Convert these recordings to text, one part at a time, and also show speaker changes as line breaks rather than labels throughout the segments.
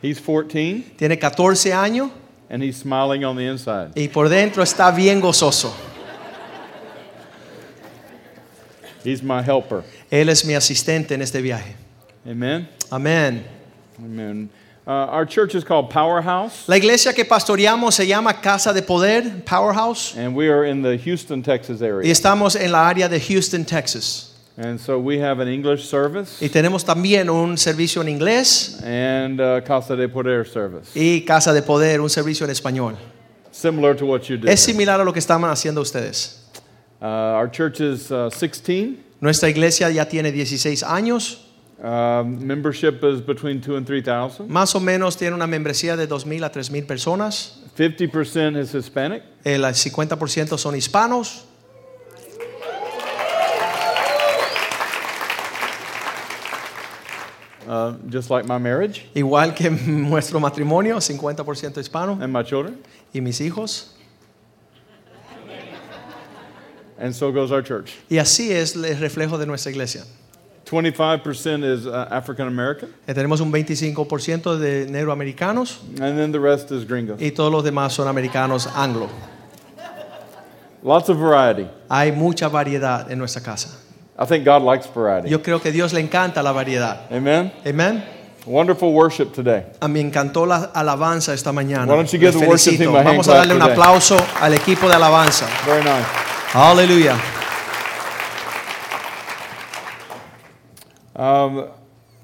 He's 14
Tiene 14 años
and he's smiling on the inside.
y por dentro está bien gozoso.
He's my helper.
Él es mi asistente en este viaje.
Amen.
Amén.
Amen. Uh, our church is called Powerhouse,
La iglesia que pastoreamos se llama Casa de Poder, Powerhouse,
and we are in the Houston, Texas
y
area.
estamos en la área de Houston, Texas.
And so we have an English service
Y tenemos también un servicio en inglés
and uh, Casa de Poder service,
y Casa de Poder, un servicio en español.
similar to what you do.
Es similar a lo que estaban haciendo ustedes.
Uh, our church is uh, 16.
Nuestra iglesia ya tiene 16 años,
Um, membership is between two and 3,000.
más o menos tiene una membresía de 2.000 a 3.000 personas, Eh,
50% is Hispanic.
el 50% son hispanos,
uh, just like my marriage
Igual que nuestro matrimonio, 50% hispano
and my children,
y mis hijos.
and so goes our church.
Y así es el reflejo de nuestra iglesia.
25% is uh, African American,
Eh, Tenemos un 25% de negroamericanos
and then the rest is gringos.
y todos los demás son americanos anglo.
Lots of variety.
Hay mucha variedad en nuestra casa.
I think God likes variety.
Yo creo que a Dios le encanta la variedad.
Amen.
Amén.
Wonderful worship today.
Ah, Me encantó la alabanza esta mañana.
Why don't you
Les
give the worship
felicito.
team a hand
Vamos a
clap
darle un
today?
aplauso al equipo de alabanza.
Very nice.
Aleluya.
Um,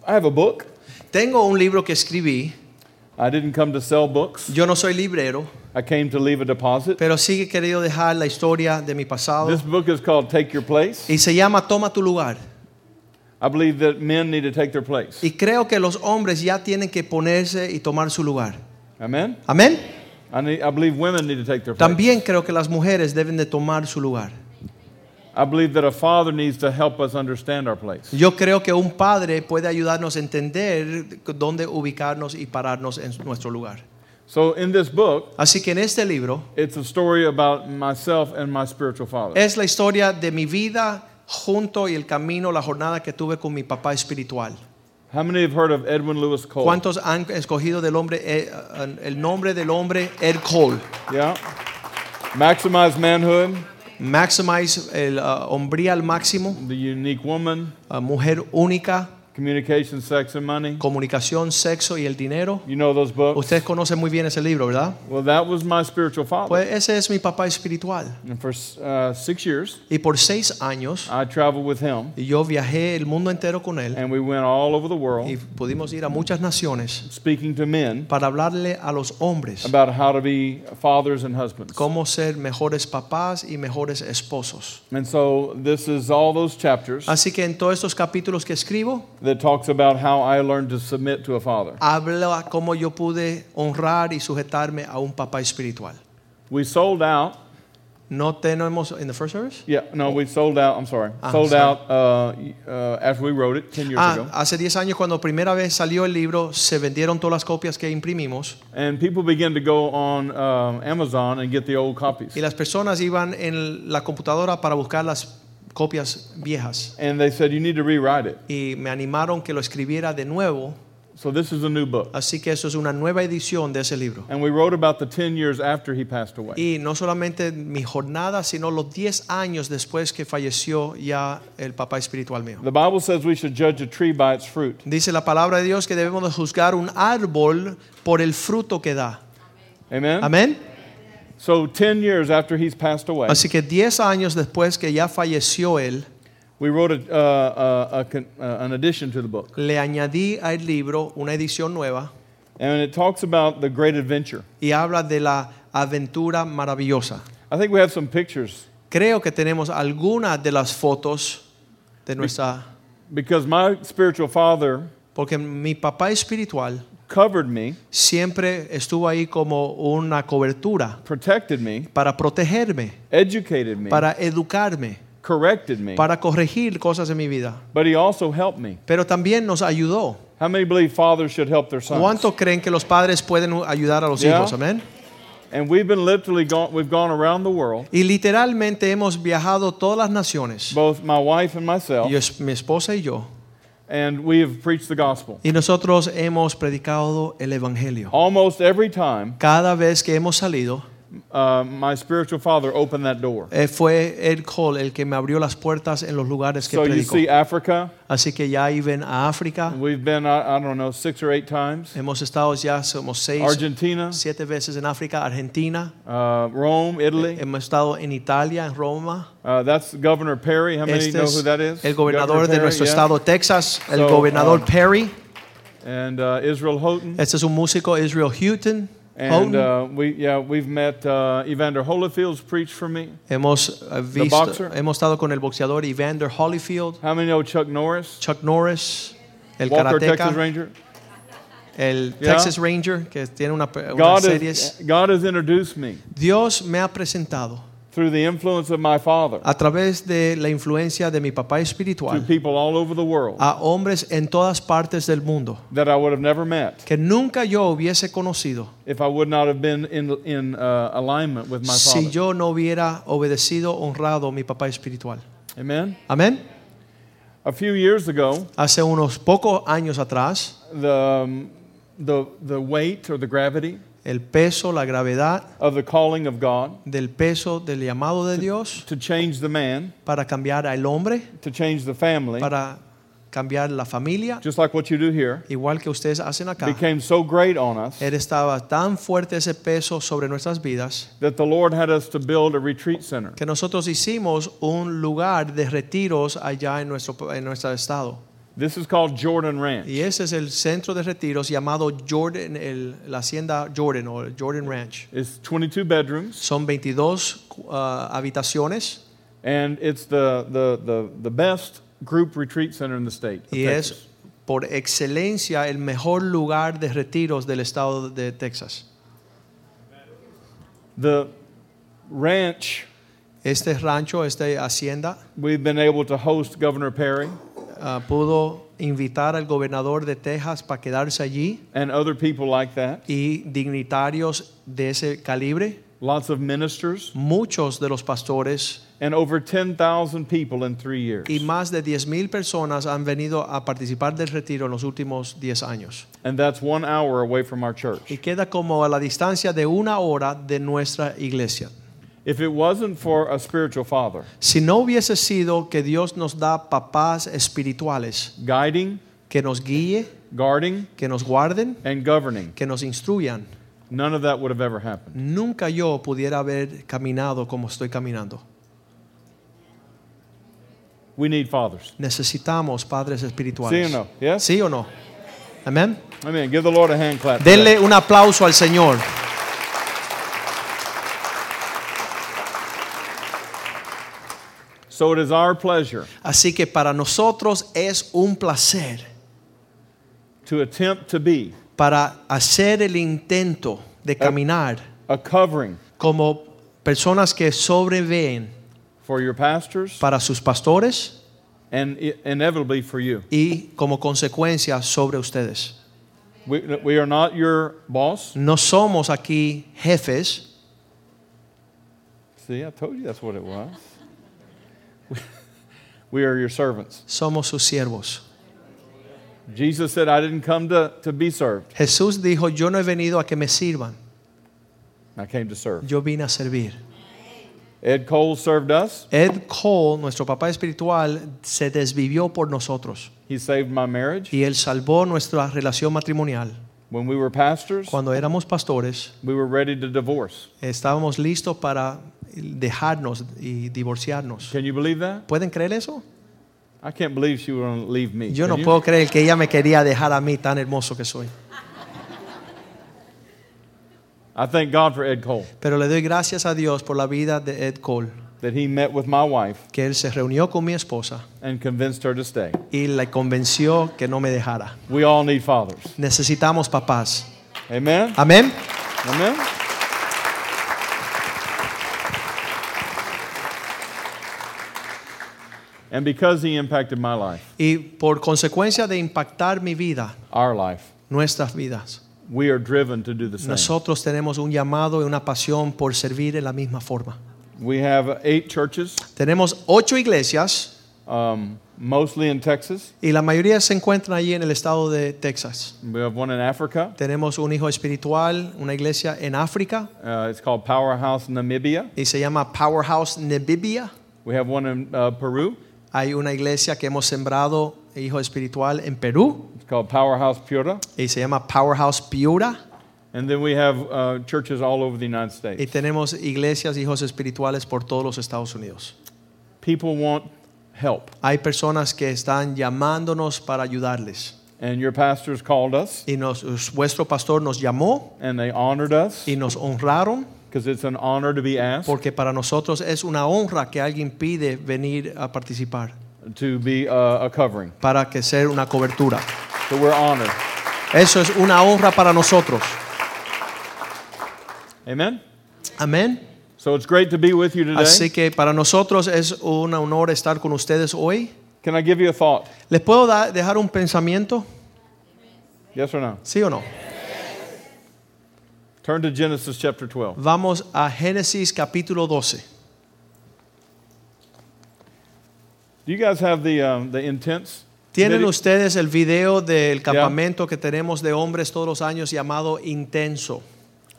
I have a book.
Tengo un libro que escribí.
I didn't come to sell books.
Yo no soy librero,
I came to leave a deposit.
pero sí he querido dejar la historia de mi pasado.
This book is called Take Your Place.
Y se llama Toma tu lugar.
I believe that men need to take their place.
Y creo que los hombres ya tienen que ponerse y tomar su lugar.
Amen.
Amén.
I, need, I believe women need to take their place.
También creo que las mujeres deben de tomar su lugar.
I believe that a father needs to help us understand our place.
Yo creo que un padre puede ayudarnos a entender dónde ubicarnos y pararnos en nuestro lugar.
So in this book,
Así que en este libro
it's a story about myself and my spiritual father.
es la historia de mi vida junto y el camino, la jornada que tuve con mi papá espiritual.
How many have heard of Edwin Lewis Cole?
¿Cuántos han escogido del hombre eh, eh, el nombre del hombre Ed Cole?
Yeah. Maximize manhood,
Maximize el eh, hombría al máximo.
the unique woman,
Ah, mujer única,
communication, sex, and money.
comunicación, sexo y el dinero.
You know those books?
Ustedes conocen muy bien ese libro, ¿verdad?
Well, that was my spiritual father.
Pues ese es mi papá espiritual.
And for uh, six years,
Y por seis años
I traveled with him,
yo viajé el mundo entero con él
and we went all over the
y
world
pudimos ir a muchas naciones
speaking to men
para hablarle a los hombres
about how to be fathers and husbands.
cómo ser mejores papás y mejores esposos.
And so this is all those chapters
Así que en todos estos capítulos que escribo,
that talks about how I learned to submit to a father.
habla cómo yo pude honrar y sujetarme a un papá espiritual.
We sold out.
No tenemos en the first service.
Yeah, no, we sold out. I'm sorry.
Ah,
sold
sorry.
out uh, y- uh, after we wrote it 10 years
Ah,
ago.
hace 10 años cuando primera vez salió el libro, se vendieron todas las copias que imprimimos
And people began to go on um, Amazon and get the old copies.
y las personas iban en la computadora para buscar las copias viejas
And they said, you need to rewrite it.
y me animaron que lo escribiera de nuevo,
So this is a new book.
así que eso es una nueva edición de ese libro.
And we wrote about the 10 years after he passed away.
Y no solamente mi jornada, sino los 10 años después que falleció ya el papá espiritual mío.
The Bible says we should judge a tree by its fruit.
Dice la palabra de Dios que debemos de juzgar un árbol por el fruto que da.
Amen?
Amén.
So 10 years after he's passed away,
Así que 10 años después que ya falleció él,
we wrote a, uh, uh, a con- uh, an addition to the book.
le añadí al libro una edición nueva
And it talks about the great adventure.
y habla de la aventura maravillosa.
I think we have some pictures
Creo que tenemos algunas de las fotos de nuestra
because my spiritual father
Porque mi papá espiritual
covered me,
siempre estuvo ahí como una cobertura
protected me,
para protegerme,
educated me,
para educarme,
corrected me,
para corregir cosas en mi vida.
but he also helped me.
Pero también nos ayudó.
How many believe fathers should help their sons?
¿Cuánto creen que los padres pueden ayudar a los
Yeah.
hijos? Amén.
And we've been literally gone, we've gone around the world,
Y literalmente hemos viajado todas las naciones,
both my wife and myself,
y es- mi esposa y yo,
and we have preached the gospel.
y nosotros hemos predicado el Evangelio.
Almost every time,
Cada vez que hemos salido,
uh, my spiritual father opened that door.
eh, fue Ed Cole el que me abrió las puertas en los lugares que
So you
predicó.
see Africa,
Así que ya iban a África,
we've been, I, I don't know, six or eight times.
hemos estado ya somos seis,
Argentina,
siete veces en África, Argentina,
uh, Rome, Italy.
hemos estado en Italia, en Roma.
Uh, that's Governor Perry. How many
Este
know
es
who that is?
el gobernador
Governor
de
Perry,
nuestro
yeah.
estado Texas, el
So,
gobernador
um,
Perry.
And uh, Israel Houghton.
Este es un músico Israel Houghton.
And
Houghton.
uh, we, yeah, we've met uh, Evander Holyfield's preached for me.
hemos eh, visto,
boxer.
hemos estado con el boxeador Evander Holyfield,
How many know Chuck Norris?
Chuck Norris, el
Walker, Texas
karateca,
Ranger.
el
Yeah.
Texas Ranger que tiene una, pe- una
God
serie.
has, God has introduced me
Dios me ha presentado
through the influence of my father
a través de la influencia de mi papá
to
espiritual
people all over the world
a hombres en todas partes del mundo
that I would have never met
que nunca yo hubiese conocido
if I would not have been in, in uh, alignment with my
si
father.
yo no hubiera obedecido, honrado a mi papá espiritual.
Amen.
Amén.
A few years ago,
Hace unos pocos años atrás,
the, um, the, the weight or the gravity
el peso, la gravedad
of the calling of God
del peso del llamado de Dios
to change the man,
para cambiar al hombre,
to change the family,
para cambiar la familia,
just like what you do here,
igual que ustedes hacen acá.
became so great on us
Él estaba tan fuerte ese peso sobre nuestras vidas
that the Lord had us to build a retreat center.
que nosotros hicimos un lugar de retiros allá en nuestro, en nuestro estado.
This is called Jordan Ranch.
Y ese es el centro de retiros llamado Jordan, el- la hacienda Jordan o el Jordan Ranch.
It's 22 bedrooms,
Son 22 uh, habitaciones
and it's the, the, the, the best group retreat center in the state. of
y
Texas.
es por excelencia el mejor lugar de retiros del estado de Texas.
The ranch,
Este rancho, esta hacienda,
we've been able to host Governor Perry
ah, pudo invitar al gobernador de Texas para quedarse allí
and other people like that,
y dignitarios de ese calibre.
lots of ministers,
Muchos de los pastores
and over 10,000 people in three years.
y más de 10.000 personas han venido a participar del retiro en los últimos 10 años.
And that's one hour away from our church.
Y queda como a la distancia de una hora de nuestra iglesia.
If it wasn't for a spiritual father
Si no hubiese sido que Dios nos da papás espirituales
guiding,
que nos guíe,
guarding,
que nos guarden,
and governing,
que nos instruyan,
none of that would have ever happened.
nunca yo pudiera haber caminado como estoy caminando.
We need fathers.
Necesitamos padres espirituales.
Sí o no? Yes?
¿Sí o no? Amén.
Amen. Give the Lord a hand clap. for
Denle un aplauso al Señor.
that. So it is our pleasure
Así que para nosotros es un placer
to attempt to be
para hacer el intento de
Eh.
caminar
a covering
como personas que sobreveen
for your pastors
para sus pastores
and i- inevitably for you.
y como consecuencia sobre ustedes.
We, we are not your boss.
No somos aquí jefes,
See, I told you that's what it was. We are your servants.
somos sus siervos.
Jesus said, I didn't come to, to be served,
Jesús dijo, yo no he venido a que me sirvan,
I came to serve.
yo vine a servir.
Ed Cole served us,
Ed Cole, nuestro papá espiritual, se desvivió por nosotros
he saved my marriage.
y él salvó nuestra relación matrimonial.
When we were pastors,
Cuando éramos pastores,
we were ready to divorce.
estábamos listos para dejarnos y divorciarnos.
Can you believe that?
¿Pueden creer eso?
I can't believe she would want to leave me.
Yo
Can
no
you?
puedo creer que ella me quería dejar a mí tan hermoso que soy.
I thank God for Ed Cole.
Pero le doy gracias a Dios por la vida de Ed Cole.
that he met with my wife
que él se reunió con mi esposa
and convinced her to stay.
y la convenció que no me dejara.
We all need fathers.
Necesitamos papás.
Amen?
Amén.
Amen? And because he impacted my life,
Y por consecuencia de impactar mi vida,
our life,
nuestras vidas,
we are driven to do the same.
nosotros tenemos un llamado y una pasión por servir de la misma forma.
We have eight churches,
Tenemos ocho iglesias
um, mostly in Texas.
y la mayoría se encuentran allí en el estado de Texas.
We have one in Africa.
Tenemos un hijo espiritual, una iglesia en África
Uh, it's called Powerhouse Namibia.
y se llama Powerhouse Namibia.
We have one in uh, Peru.
Hay una iglesia que hemos sembrado, hijo espiritual, en Perú
It's called Powerhouse Piura.
y se llama Powerhouse Piura.
And then we have uh, churches all over the United
Y
States.
tenemos iglesias, hijos espirituales por todos los Estados Unidos.
People want help.
Hay personas que están llamándonos para ayudarles.
And your pastors called us
Y nos, vuestro pastor nos llamó
and they honored us
y nos honraron,
because it's an honor to be asked
porque para nosotros es una honra que alguien pide venir a participar,
to be uh, a covering.
para que sea una cobertura.
So we're honored.
Eso es una honra para nosotros.
Amen?
Amén.
So it's great to be with you today.
Así que para nosotros es un honor estar con ustedes hoy.
Can I give you a thought?
¿Les puedo da- dejar un pensamiento?
Yes or no?
¿Sí o no?
Turn to Genesis chapter 12.
Vamos a Génesis capítulo 12.
Do you guys have the, um, the intents?
¿Tienen
video?
ustedes el video del campamento que tenemos de hombres todos los años llamado Intenso?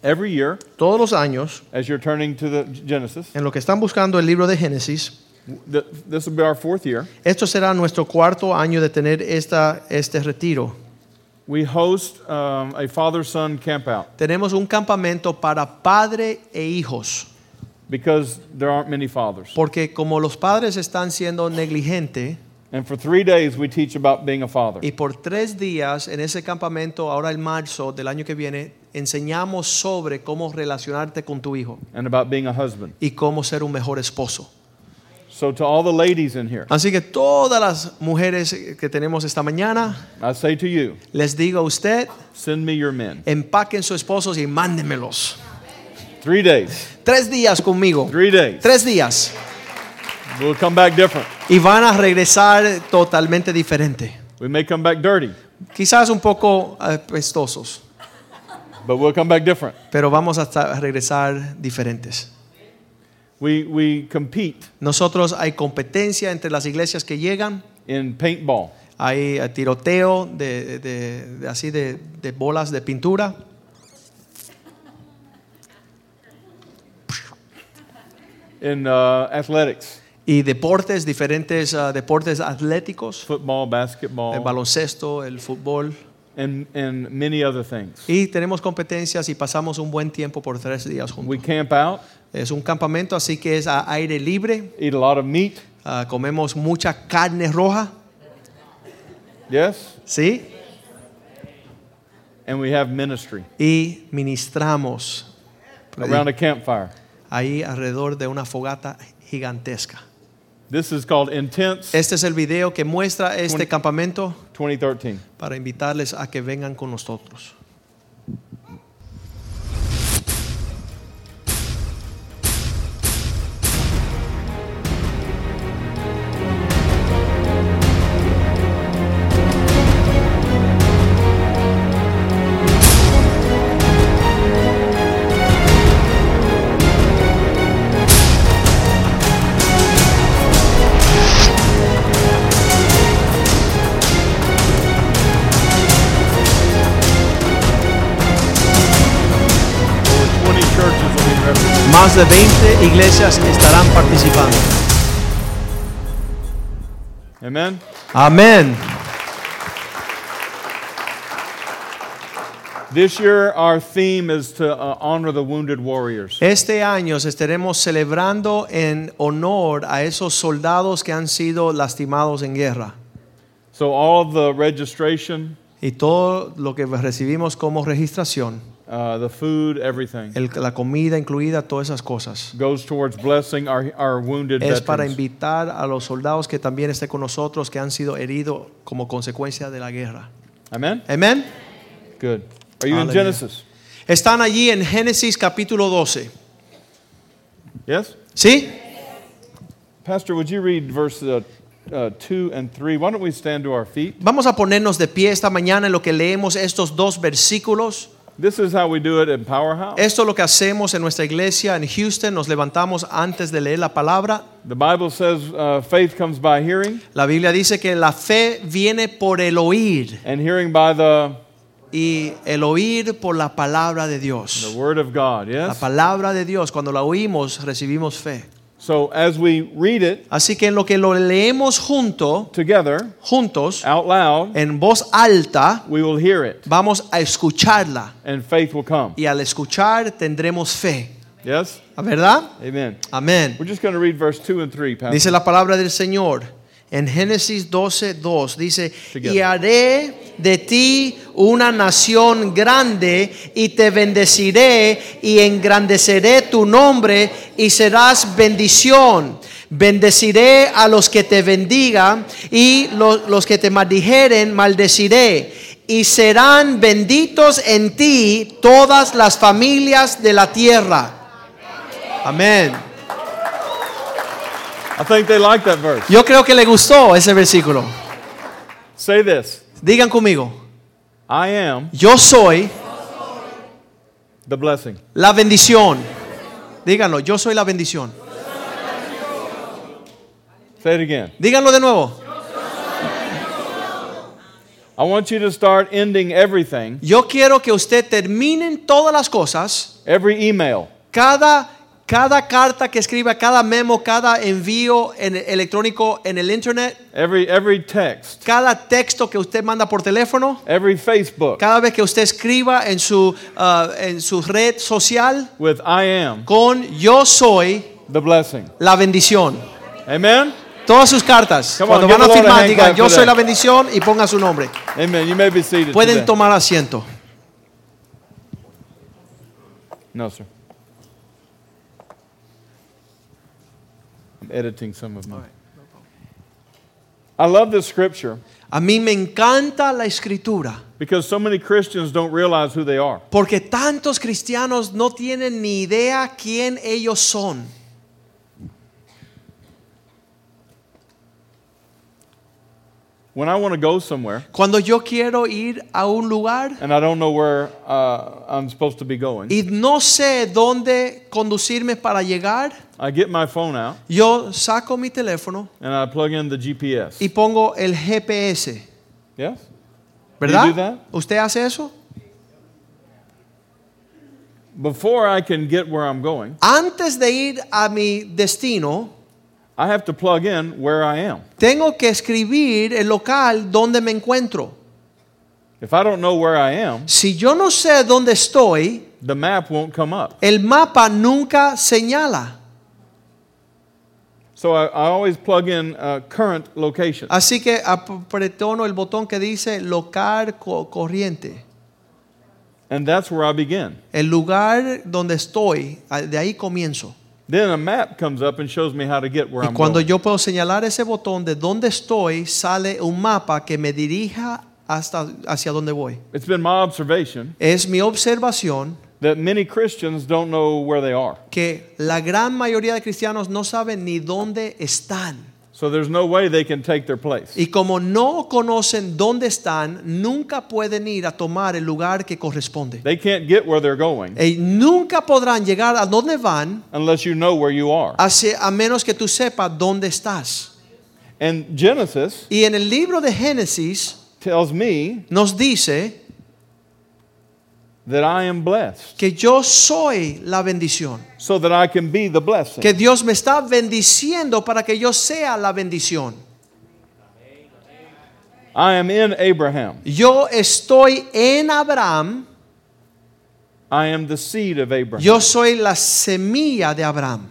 Every year,
Todos los años,
as you're turning to the Genesis,
en lo que están buscando el libro de Génesis,
th- this will be our fourth year.
esto será nuestro cuarto año de tener esta, este retiro.
We host um, a father son campout
Tenemos un campamento para padre e hijos,
because there aren't many fathers.
porque como los padres están siendo negligentes,
And for three days, we teach about being a father.
y por tres días en ese campamento, ahora en marzo del año que viene, enseñamos sobre cómo relacionarte con tu hijo
and about being a husband.
y cómo ser un mejor esposo.
So, to all the ladies in here,
Así que todas las mujeres que tenemos esta mañana,
I say to you,
les digo a usted,
send me your men.
empaquen sus esposos y mándenmelos.
Three days.
Tres días conmigo.
Three days.
Tres días.
We'll come back different.
Y van a regresar totalmente diferente.
We may come back dirty,
Quizás un poco apestosos,
but we'll come back different.
pero vamos a ta- a regresar diferentes.
We, we compete
Nosotros hay competencia entre las iglesias que llegan,
in paintball,
hay eh, tiroteo de, de- de- así de, de bolas de pintura,
in uh, athletics,
y deportes, diferentes ah, deportes atléticos.
football,
el
basketball,
baloncesto, el fútbol.
and, and many other things.
Y tenemos competencias y pasamos un buen tiempo por tres días juntos.
We camp out,
Es un campamento, así que es a aire libre.
eat a lot of meat.
Ah, comemos mucha carne roja,
Yes?
¿sí?
And we have ministry
Y ministramos
around a campfire.
ahí alrededor de una fogata gigantesca.
This is called Intense
Este es el video que muestra este
Bueno.
campamento
2013.
para invitarles a que vengan con nosotros.
Over 20 churches will be represented.
Más de 20 iglesias estarán participando.
Amen?
Amén.
This year, our theme is to uh, honor the wounded warriors.
Este año estaremos celebrando en honor a esos soldados que han sido lastimados en guerra.
So, all the registration
Y todo lo que recibimos como registración
uh, uh, the food, everything
El- la comida incluida, todas esas cosas.
goes towards blessing our, our wounded
Es para
veterans.
invitar a los soldados que también estén con nosotros, que han sido heridos como consecuencia de la guerra.
Amen?
Amén.
Good. Are you in
Hallelujah.
Genesis?
Están allí en Génesis capítulo 12.
Yes?
¿Sí?
Pastor, would you read verse uh, uh, 2 and 3? Why don't we stand to our feet?
Vamos a ponernos de pie esta mañana en lo que leemos estos dos versículos.
This is how we do it in Powerhouse.
Esto es lo que hacemos en nuestra iglesia en Houston. Nos levantamos antes de leer la palabra.
The Bible says uh, faith comes by hearing,
La Biblia dice que la fe viene por el oír
and hearing by the,
y el oír por la palabra de
the
Dios.
Word of God.
La
Yes?
palabra de Dios, cuando la oímos, recibimos fe.
So as we read it
Así que en lo que lo leemos junto,
together,
juntos,
out loud,
en voz alta,
we will hear it,
vamos a escucharla
and faith will come.
y al escuchar tendremos fe.
Yes?
¿Verdad?
Amen.
Amén.
We're just going to read verse 2 and 3, Pastor.
Dice la palabra del Señor en Génesis 12, 2, dice,
Together.
y haré de ti una nación grande y te bendeciré y engrandeceré tu nombre y serás bendición. Bendeciré a los que te bendigan y lo- los que te maldijeren maldeciré. Y serán benditos en ti todas las familias de la tierra. Amén.
I think they like that verse.
Yo creo que le gustó ese versículo.
Say this
Digan conmigo,
I am
yo soy
the blessing.
la bendición. Díganlo, yo soy la bendición.
Say it again.
Díganlo de nuevo.
I want you to start ending everything,
Yo quiero que usted terminen todas las cosas,
every email,
cada, cada carta que escriba, cada memo, cada envío en- electrónico en el internet,
every, every text,
cada texto que usted manda por teléfono,
every Facebook
cada vez que usted escriba en su, ah, en su red social
with I am
con yo soy
the blessing.
la bendición.
Amen?
Todas sus cartas.
Come on,
Cuando
give
van a
the Lord a
firmar,
hand
digan
clap
yo
for
soy
that.
la bendición y ponga su nombre.
Amen. You may be seated.
Pueden
today.
tomar asiento.
No, sir. I'm editing some of mine. I love this scripture
A mí me encanta la escritura
because so many Christians don't realize who they are.
porque tantos cristianos no tienen ni idea quién ellos son.
When I want to go somewhere
Cuando yo quiero ir a un lugar
and I don't know where uh, I'm supposed to be going,
y no sé dónde conducirme para llegar,
I get my phone out
yo saco mi teléfono
and I plug in the GPS.
y pongo el GPS,
Yes? You do
¿verdad?
that?
¿Usted hace eso?
Before I can get where I'm going,
Antes de ir a mi destino,
I have to plug in where I am.
tengo que escribir el local donde me encuentro.
If I don't know where I am,
Si yo no sé dónde estoy,
the map won't come up.
El mapa nunca señala.
So I, I always plug in uh, current location.
Así que apretono el botón que dice local co- corriente.
And that's where I begin.
El lugar donde estoy, ah, de ahí comienzo.
Then a map comes up and shows me how to get where
Y
I'm
cuando
going.
yo puedo señalar ese botón de dónde estoy, sale un mapa que me dirija hasta hacia donde voy.
It's been my observation
Es mi observación
that many Christians don't know where they are.
que la gran mayoría de cristianos no saben ni dónde están.
So there's no way they can take their place.
Y como no conocen dónde están, nunca pueden ir a tomar el lugar que corresponde.
They can't get where they're going
Y nunca podrán llegar a donde van
unless you know where you are.
hace- a menos que tú sepas dónde estás.
And Genesis
Y en el libro de Génesis
tells me
nos dice
that I am blessed
que yo soy la bendición.
so that I can be the
Que
blessing.
Dios me está bendiciendo para que yo sea la bendición.
I am in Abraham.
Yo estoy en Abraham.
I am the seed of Abraham.
Yo soy la semilla de Abraham.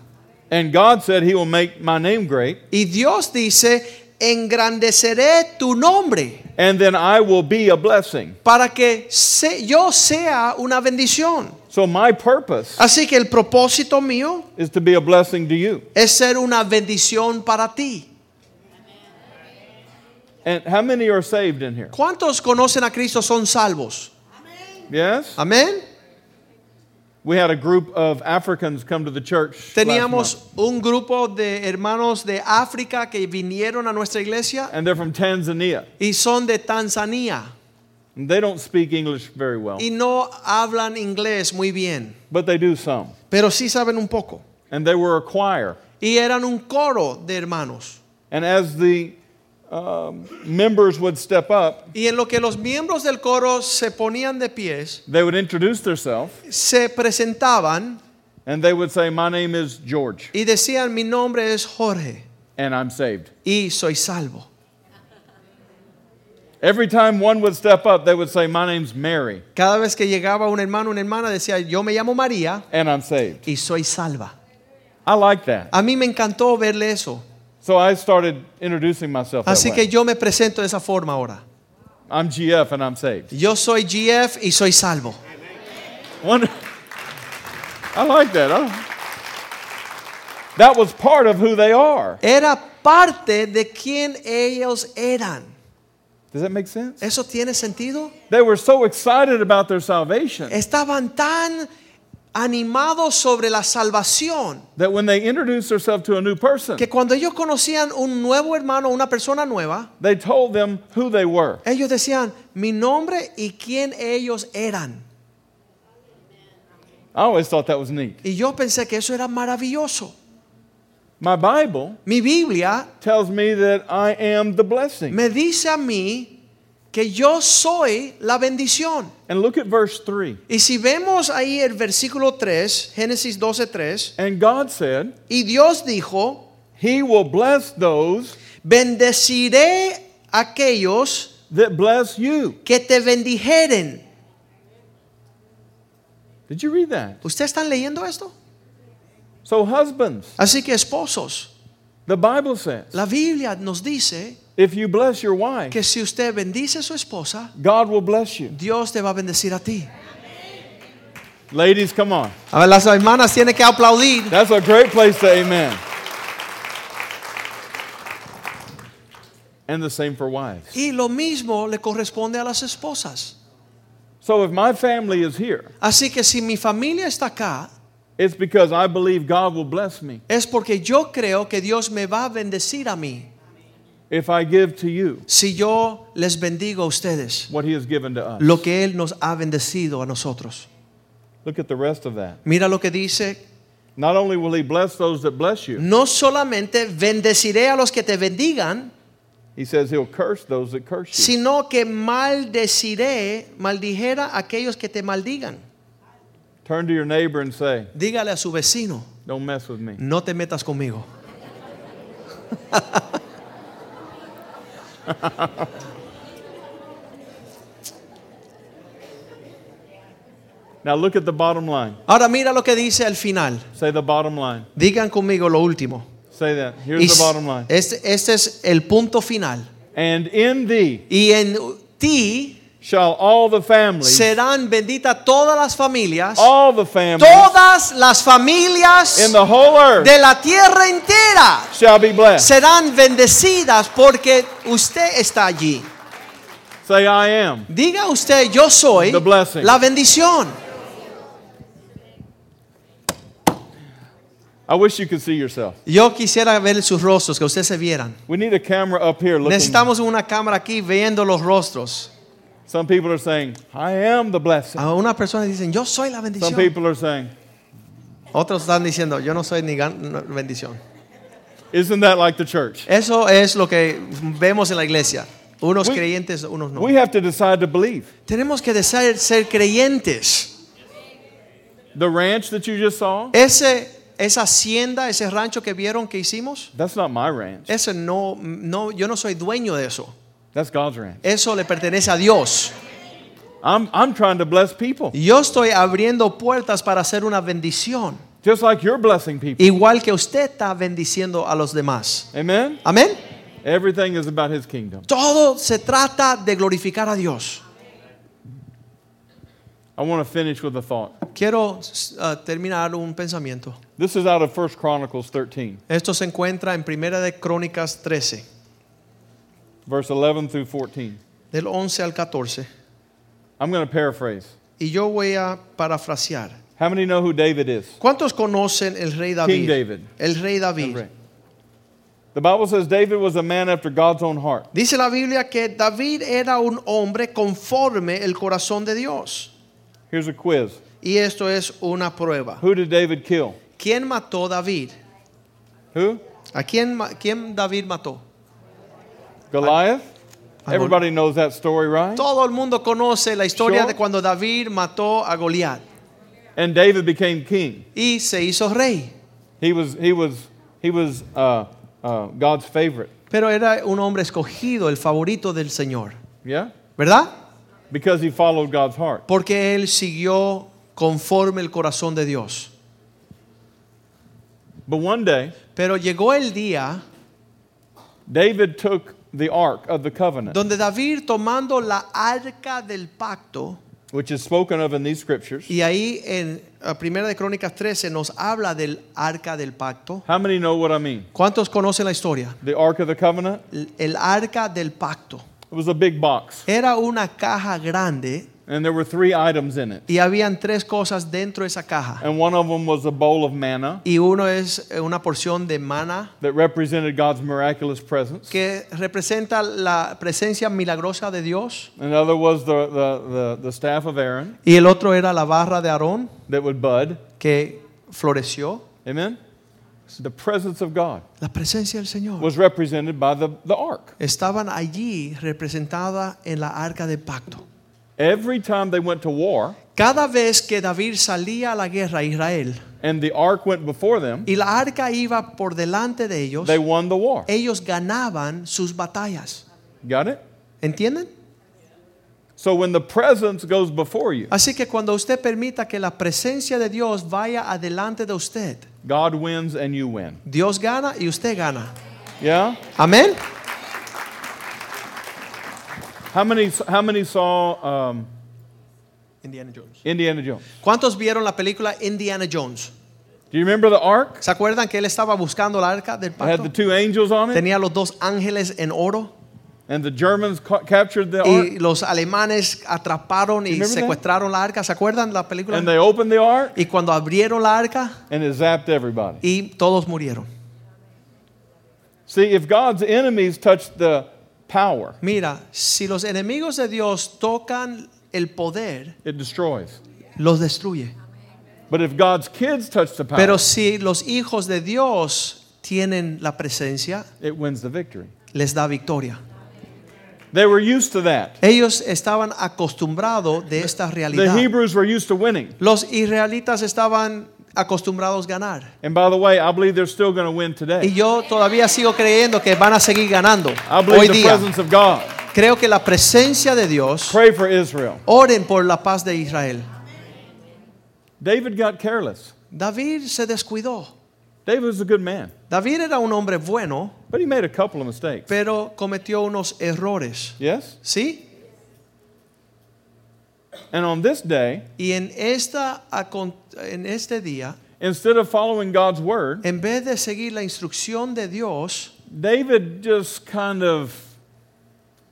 And God said he will make my name great
Y Dios dice, engrandeceré tu nombre
and then I will be a blessing.
para que se- yo sea una bendición.
So my purpose
Así que el propósito mío
is to be a blessing to you.
es ser una bendición para ti.
And how many are saved in here?
¿Cuántos conocen a Cristo son salvos?
Yes?
Amén.
We had a group of Africans come to the church. last month,
Teníamos un grupo de hermanos de África que vinieron a nuestra iglesia
and they're from Tanzania.
y son de Tanzania
And They don't speak English very well,
y no hablan inglés muy bien,
but they do some.
pero sí saben un poco.
And they were a choir.
Y eran un coro de hermanos.
And as the um, members would step up,
Y en lo que los miembros del coro se ponían de pies,
they would introduce themselves
se presentaban
and they would say, My name is George,
y decían, mi nombre es Jorge
and I'm saved.
y soy salvo.
Every time one would step up, they would say, My name's Mary,
Cada vez que llegaba un hermano, una hermana decía, yo me llamo María
and I'm saved.
y soy salva.
I like that.
A mí me encantó verle eso.
So I started introducing myself. That
Así
way.
que yo me presento de esa forma ahora.
I'm GF and I'm saved.
Yo soy GF y soy salvo.
Wonder- I like that. I- that was part of who they are.
Era parte de quien ellos eran.
Does that make sense?
¿Eso tiene sentido?
They were so excited about their salvation
Estaban tan animados sobre la salvación
that when they introduced themselves to a new person,
que cuando ellos conocían un nuevo hermano, una persona nueva,
they told them who they were.
ellos decían mi nombre y quién ellos eran.
I always thought that was neat.
Y yo pensé que eso era maravilloso.
My Bible
Mi Biblia
tells me that I am the blessing.
me dice a mí que yo soy la bendición.
And look at verse 3.
Y si vemos ahí el versículo 3, Génesis 12:3,
And God said,
y Dios dijo,
He will bless those
bendeciré a aquellos
that bless you.
que te bendijeren.
Did you read that?
¿Ustedes están leyendo esto?
So, husbands,
Así que esposos,
the Bible says,
la Biblia nos dice
if you bless your wife,
que si usted bendice a su esposa,
God will bless you.
Dios te va a bendecir a ti.
Ladies, come on.
A ver, las hermanas tienen que aplaudir.
That's a great place to amen. And the same for wives.
Y lo mismo le corresponde a las esposas.
So if my family is here,
Así que si mi familia está acá,
it's because I believe God will bless me
es porque yo creo que Dios me va a bendecir a mí
if I give to you
si yo les bendigo a ustedes
what He has given to us.
lo que Él nos ha bendecido a nosotros.
Look at the rest of that.
Mira lo que dice,
Not only will He bless those that bless you,
no solamente bendeciré a los que te bendigan,
He says He'll curse those that curse you.
sino que maldeciré, maldijera a aquellos que te maldigan.
Turn to your neighbor and say,
Dígale a su vecino,
Don't mess with me.
no te metas conmigo.
Now look at the bottom line.
Ahora mira lo que dice al final.
Say the bottom line.
Digan conmigo lo último.
Say that.
Y
Here's the bottom line.
Este, este es el punto final.
And in thee
Y en ti
shall all the families,
serán benditas todas las familias,
all the families
todas las familias
in the whole earth
de la tierra entera
shall be blessed.
serán bendecidas porque usted está allí.
Say, I am.
Diga usted, yo soy
The blessing.
la bendición.
I wish you could see yourself.
Yo quisiera ver sus rostros, que ustedes se vieran.
We need a camera up here looking.
Necesitamos una cámara aquí viendo los rostros.
Some people are saying, I am the blessing.
A una persona dicen, yo soy la
Some
bendición.
people are saying,
Otros están diciendo, yo no soy ni gan- no, bendición.
Isn't that like the church?
Eso es lo que vemos en la iglesia. Unos
We-
creyentes, unos no.
We have to decide to believe.
Tenemos que desear ser creyentes.
The ranch that you just saw,
Ese, esa hacienda, ese rancho que vieron que hicimos,
that's not my ranch.
ese no, no, yo no soy dueño de eso.
That's God's ranch.
Eso le pertenece a Dios.
I'm, I'm trying to bless people,
Yo estoy abriendo puertas para hacer una bendición,
just like you're blessing people.
igual que usted está bendiciendo a los demás.
Amen?
Amén.
Everything is about his kingdom.
Todo se trata de glorificar a Dios.
I want to finish with a thought.
Quiero uh, terminar un pensamiento.
This is out of 1 Chronicles 13,
Esto se encuentra en Primera de Crónicas 13,
verse 11 through 14.
del 11 al 14.
I'm going to paraphrase.
Y yo voy a parafrasear.
How many know who David is?
¿Cuántos conocen el rey David?
King David.
El rey David.
The Bible says David was a man after God's own heart.
Dice la Biblia que David era un hombre conforme el corazón de Dios.
Here's a quiz.
Y esto es una prueba.
Who did David kill?
¿Quién mató a David?
Who?
¿A quién, ma- quién David mató?
Goliath? Everybody knows that story, right?
Todo el mundo conoce la historia
Sure.
de cuando David mató a Goliat
And David became king.
y se hizo rey.
He was, he was, he was uh, uh, God's favorite.
Pero era un hombre escogido, el favorito del Señor,
Yeah?
¿verdad?
Because he followed God's heart.
Porque él siguió conforme el corazón de Dios.
But one day,
Pero llegó el día
David took the ark of the covenant,
donde David tomando la arca del pacto,
which is spoken of in these scriptures.
y ahí en eh, Primera de Crónicas 13 nos habla del arca del pacto.
How many know what I mean?
¿Cuántos conocen la historia?
The ark of the covenant?
El- El arca del pacto.
It was a big box,
Era una caja grande
and there were three items in it.
y habían tres cosas dentro de esa caja.
And one of them was a bowl of manna
Y uno es eh, una porción de mana
that represented God's miraculous presence.
que representa la presencia milagrosa de Dios.
Another was the, the, the, the staff of Aaron
Y el otro era la barra de Aarón
that would bud.
que floreció.
Amen? The presence of God
La presencia del Señor.
was represented by the, the ark.
Estaban allí representada en la arca del pacto.
Every time they went to war
Cada vez que David salía a la guerra a Israel
and the ark went before them,
y la arca iba por delante de ellos,
they won the war.
ellos ganaban sus batallas.
Got it?
¿Entienden?
So when the presence goes before you,
Así que cuando usted permita que la presencia de Dios vaya adelante de usted,
God wins and you win.
Dios gana y usted gana.
Yeah?
Amén.
How many, how many saw um,
Indiana Jones.
Indiana Jones?
¿Cuántos vieron la película Indiana Jones?
Do you remember the ark?
¿Se acuerdan que él estaba buscando la arca del
It had the
pacto?
two angels on it,
Tenía los dos ángeles en oro
and the Germans ca- captured the ark,
y los alemanes atraparon y
Remember that?
secuestraron la arca. ¿Se acuerdan la película?
and they opened the ark,
Y cuando abrieron la arca
and it zapped everybody.
y todos murieron.
See, if God's enemies touch the power,
Mira, si los enemigos de Dios tocan el poder,
it destroys.
los destruye.
But if God's kids touch the power,
Pero si los hijos de Dios tienen la presencia,
it wins the victory.
les da victoria.
They were used to that.
Ellos estaban acostumbrados de esta
The
realidad.
Hebrews were used to winning.
Los israelitas estaban acostumbrados a ganar.
And by the way, I believe they're still going to win
Y
today.
yo todavía sigo creyendo que van a seguir ganando
I believe
hoy
the
día.
presence of God.
Creo que la presencia de Dios.
Pray for Israel.
Oren por la paz de Israel.
David got careless.
David se descuidó.
David was a good man,
David era un hombre bueno,
but he made a couple of mistakes.
pero cometió unos errores.
Yes?
¿Sí?
And on this day,
Y en, esta, acon- en este día,
instead of following God's word,
en vez de seguir la instrucción de Dios,
David just kind of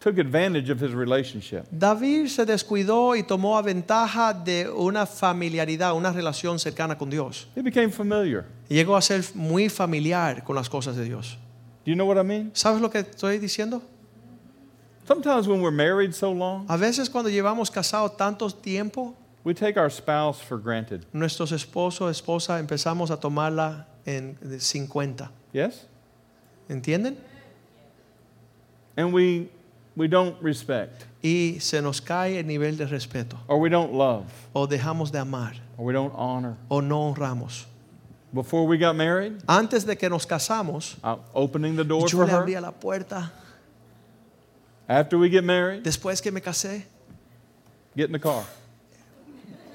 took advantage of his relationship.
David se descuidó y tomó a ventaja de una familiaridad, una relación cercana con Dios.
He became familiar.
Llegó a ser muy familiar con las cosas de Dios.
Do you know what I mean?
¿Sabes lo que estoy diciendo?
Sometimes when we're married so long,
A veces cuando llevamos casado tanto tiempo,
we take our spouse for granted.
nuestros esposos, esposa, empezamos a tomarla en de 50.
Yes?
¿Entienden?
And we we don't respect
Y se nos cae el nivel de respeto.
or we don't love
O dejamos de amar.
or we don't honor.
O no honramos.
Before we got married,
Antes de que nos casamos,
I'm opening the door
yo
for
le
her.
abría la puerta.
After we get married,
Después que me casé,
get in the car.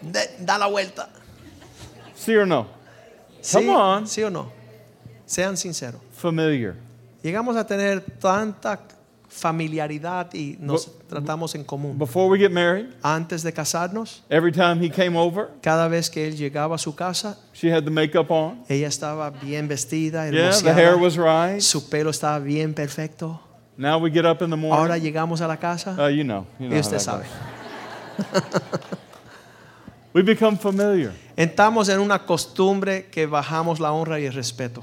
de- da la vuelta.
See or no?
¿Sí,
Come on.
¿Sí o no? Sean sinceros.
Familiar.
Llegamos a tener tanta familiaridad y nos tratamos en común.
Before we get married,
Antes de casarnos,
every time he came over,
cada vez que él llegaba a su casa,
she had the makeup on.
ella estaba bien vestida,
Yeah, the hair
hermoseada,
was right.
su pelo estaba bien perfecto.
Now we get up in the
Ahora
morning.
llegamos a la casa
Uh, you know. You know
y
how
usted
that
sabe.
goes. We become familiar.
Entramos en una costumbre que bajamos la honra y el respeto.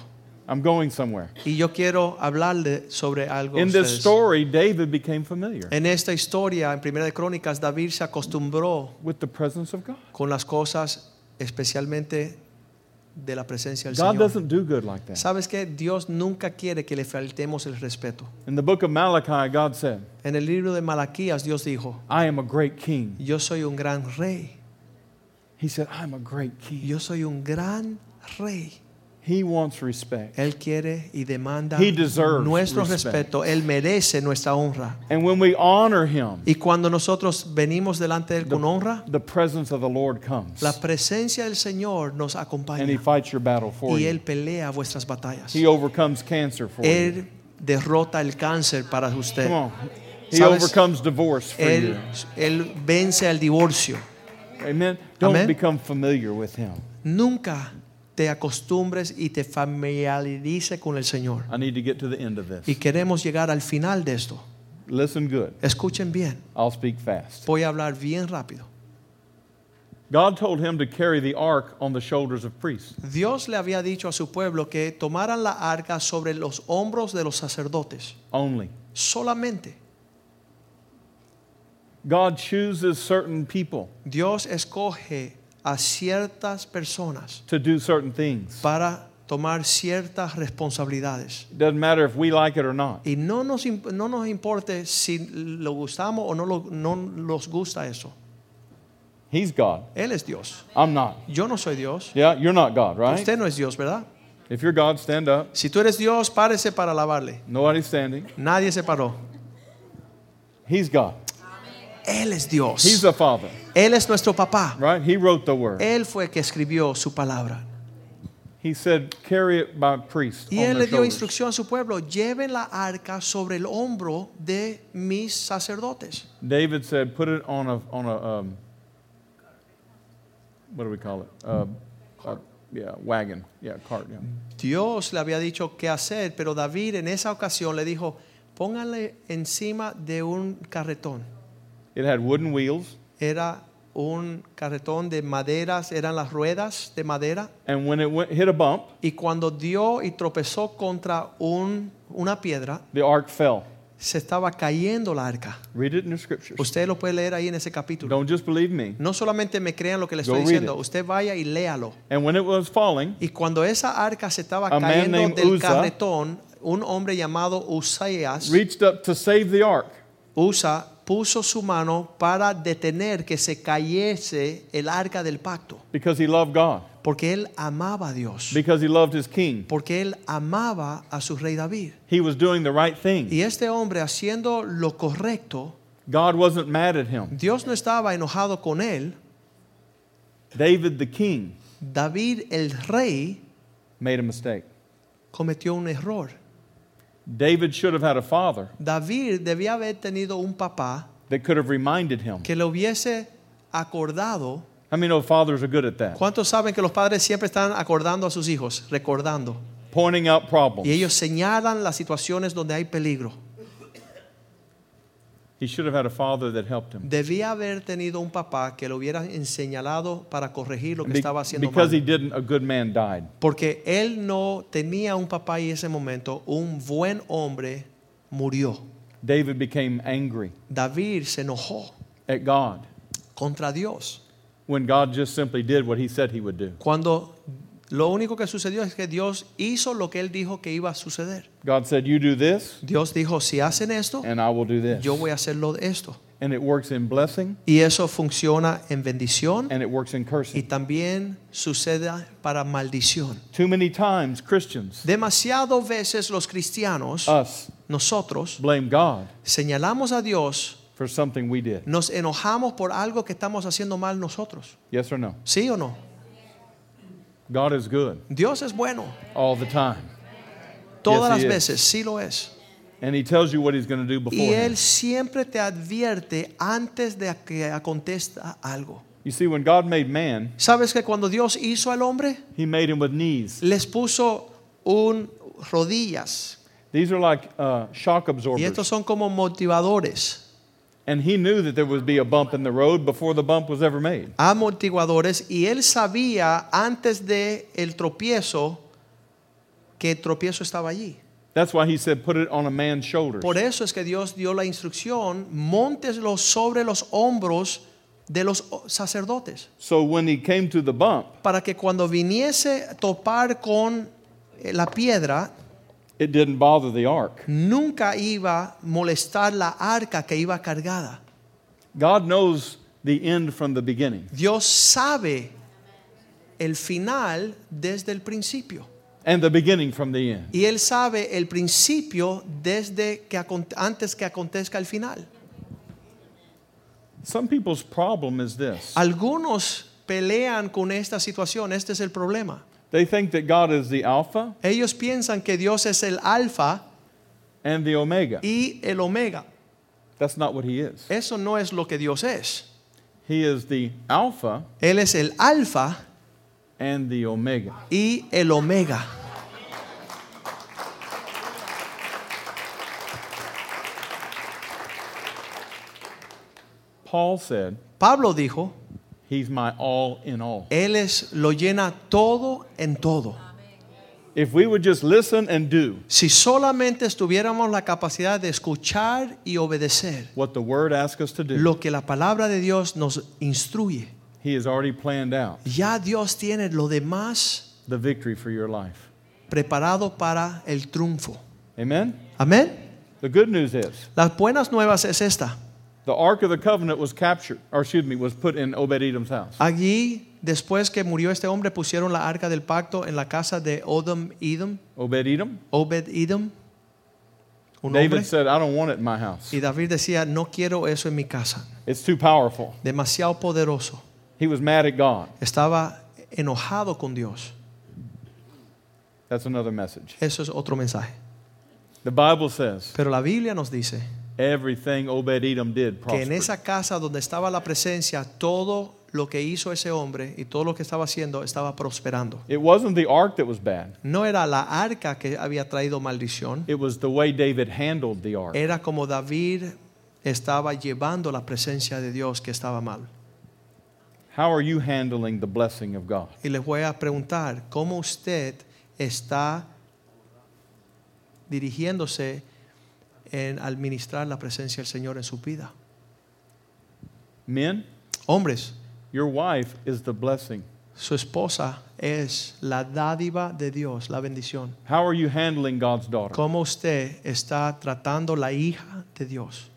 I'm going somewhere.
Y yo quiero hablarle sobre algo. a
In this
ustedes. Eh.
story, David became familiar
En esta historia, en Primera de Crónicas, David se acostumbró
with the presence of God.
con las cosas, especialmente de la presencia del
God
Señor.
doesn't do good like that.
¿Sabes qué? Dios nunca quiere que le faltemos el respeto.
In the book of Malachi, God said,
En el libro de Malaquías, Dios dijo,
I am a great king.
yo soy un gran rey.
He said, I'm a great king.
Yo soy un gran rey.
He wants respect.
Él quiere y demanda
He deserves
nuestro
respect.
respeto. Él merece nuestra honra.
And when we honor him,
Y cuando nosotros venimos delante de Él con honra,
the presence of the Lord comes
la presencia del Señor nos
and he
acompaña.
fights your battle for
Y Él
you.
pelea vuestras batallas.
He overcomes cancer for you.
Él derrota el cáncer para usted.
Come on. He
¿Sabes?
overcomes divorce for you.
Él, él vence al divorcio.
Amen. Don't
Amen.
become familiar with him.
Nunca te acostumbres y te familiarice con el Señor.
I need to get to the end of this.
Y queremos llegar al final de esto.
Listen good.
Escuchen bien.
I'll speak fast.
Voy a hablar bien rápido.
God told him to carry the ark on the shoulders of priests.
Dios le había dicho a su pueblo que tomaran la arca sobre los hombros de los sacerdotes.
only.
Solamente.
God chooses certain people
Dios escoge a ciertas personas
to do certain things.
para tomar ciertas responsabilidades.
It doesn't matter if we like it or not.
Y no nos, imp- no nos importe si lo gustamos o no, lo- no nos gusta eso.
He's God.
Él es Dios.
I'm not.
Yo no soy Dios.
Yeah, you're not God, right?
Usted no es Dios, ¿verdad?
If you're God, stand up.
Si tú eres Dios, párese para alabarle.
Nobody's standing.
Nadie se paró.
He's God.
Él es
He's
Dios.
the Father,
Él es nuestro papá.
right? He wrote the word.
Él fue el que escribió su palabra.
He said, carry it by priests.
Y
on their
él le dio
shoulders."
instrucción a su pueblo, lleven la arca sobre el hombro de mis sacerdotes.
David said, put it on a, on a um, what do we call it? Uh, uh, yeah, wagon. Yeah, cart. Yeah.
Dios le había dicho qué hacer, pero David en esa ocasión le dijo, pónganle encima de un carretón.
It had wooden wheels.
Era un carretón de maderas, eran las ruedas de madera.
And when it went, hit a bump,
Y cuando dio y tropezó contra un- una piedra,
the ark fell.
se estaba cayendo la arca.
Read it in the scriptures.
Usted lo puede leer ahí en ese capítulo.
Don't just believe me.
No solamente me crean lo que le
Go
estoy
read
diciendo,
it.
usted vaya y léalo.
And when it was falling,
Y cuando esa arca se estaba
man
cayendo
named
del
Uza-
carretón, un hombre llamado Usaías,
reached up to save the ark.
Usa puso su mano para detener que se cayese el arca del pacto,
Because he loved God.
porque él amaba a Dios,
Because he loved his king.
porque él amaba a su rey David.
He was doing the right thing.
Y este hombre haciendo lo correcto,
God wasn't mad at him.
Dios no estaba enojado con él.
David, the king,
David el rey
made a mistake.
cometió un error.
David should have had a father
David debía haber tenido un papá
that could have reminded him.
que le hubiese acordado.
How many know fathers are good at that?
¿Cuántos saben que los padres siempre están acordando a sus hijos, recordando?
Pointing out
Y
problems.
ellos señalan las situaciones donde hay peligro.
He should have had a father that helped him.
Debía haber tenido un papá que lo hubiera señalado para corregir lo que
Be-
estaba haciendo
because he
mal.
didn't, a good man died.
Porque él no tenía un papá y ese momento un buen hombre murió.
David became angry
David se enojó
at God
contra Dios.
when God just simply did what he said he would do.
Cuando lo único que sucedió es que Dios hizo lo que él dijo que iba a suceder.
God said, You do this,
Dios dijo, si hacen esto,
and I will do this.
yo voy a hacerlo de esto.
And it works in blessing
Y eso funciona en bendición
and it works in
y
cursing.
también sucede para maldición.
Too many times, Christians,
Demasiado veces los cristianos,
us,
nosotros,
blame God
señalamos a Dios,
for something we did.
nos enojamos por algo que estamos haciendo mal nosotros.
Yes or no?
¿Sí o no?
God is good
Dios es bueno
all the time. Yes,
Todas las
he is.
veces, sí lo es.
And he tells you what he's going to do
Y Él
beforehand.
siempre te advierte antes de que acontezca algo.
You see, when God made man,
¿Sabes que cuando Dios hizo al hombre,
he made him with knees.
les puso un rodillas?
These are like uh, shock
Y
absorbers.
estos son como motivadores,
And he knew that there would be a bump in the road before the bump was ever made.
amortiguadores. Y Él sabía antes de el tropiezo que el tropiezo estaba allí.
That's why he said, put it on a man's shoulders.
Por eso es que Dios dio la instrucción, monteslo sobre los hombros de los sacerdotes.
So when he came to the bump,
para que cuando viniese a topar con eh, la piedra,
it didn't bother the ark.
nunca iba a molestar la arca que iba cargada.
God knows the end from the beginning.
Dios sabe el final desde el principio.
And the beginning from the end.
Y Él sabe el principio desde que acon- antes que acontezca el final.
Some people's problem is this.
Algunos pelean con esta situación, este es el problema.
They think that God is the Alpha
Ellos piensan que Dios es el alfa
and the Omega.
y el omega.
That's not what he is.
Eso no es lo que Dios es.
He is the Alpha
Él es el alfa
and the Omega.
y el omega.
Paul said,
Pablo dijo,
He's my all in all.
Él es, lo llena todo en todo.
If we would just listen and do
Si solamente estuviéramos la capacidad de escuchar y obedecer
what the Word asks us to do,
lo que la palabra de Dios nos instruye,
He has already planned out
ya Dios tiene lo demás
the victory for your life.
preparado para el triunfo.
Amen?
Amén.
The good news is
Las buenas nuevas es esta.
the Ark of the Covenant was captured, or excuse me, was put in Obed Edom's house.
Allí, después que murió este hombre, pusieron la arca del pacto en la casa de Odom Edom,
Obed Edom.
Obed Edom, un hombre.
David said, I don't want it in my house.
Y David decía, no quiero eso en mi casa.
It's too powerful.
demasiado poderoso.
He was mad at God.
Estaba enojado con Dios.
That's another message.
Eso es otro mensaje.
The Bible says
Pero la Biblia nos dice
everything Obed Edom did
que en
prospered.
esa casa donde estaba la presencia, todo lo que hizo ese hombre y todo lo que estaba haciendo estaba prosperando.
It wasn't the ark that was bad.
No era la arca que había traído maldición,
It was the way David handled the ark.
era como David estaba llevando la presencia de Dios que estaba mal.
How are you handling the blessing of God?
Y les voy a preguntar, ¿cómo usted está dirigiéndose en administrar la presencia del Señor en su vida?
Men,
Hombres,
your wife is the blessing.
su esposa es la dádiva de Dios, la bendición.
How are you handling God's daughter?
¿Cómo usted está tratando la hija de Dios?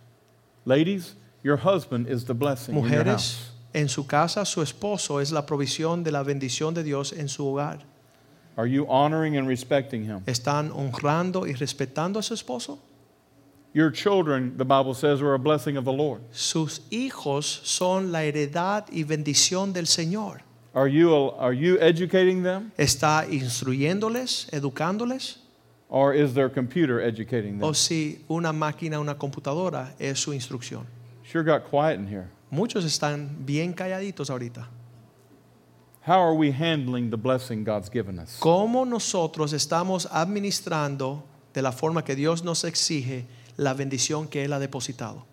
Ladies, your husband is the blessing in your house.
Mujeres, en su casa su esposo es la provisión de la bendición de Dios en su hogar.
Are you honoring and respecting him?
¿Están honrando y respetando a su esposo?
Your children, the Bible says, are a blessing of the Lord.
Sus hijos son la heredad y bendición del Señor.
Are you, are you educating them
¿Está instruyéndoles, educándoles?
or is their computer educating them?
¿O si una máquina, una computadora es su instrucción?
Sure got quiet in here.
Muchos están bien calladitos ahorita.
How are we handling the blessing God's given us?
¿Cómo nosotros estamos administrando de la forma que Dios nos exige la bendición que Él ha depositado?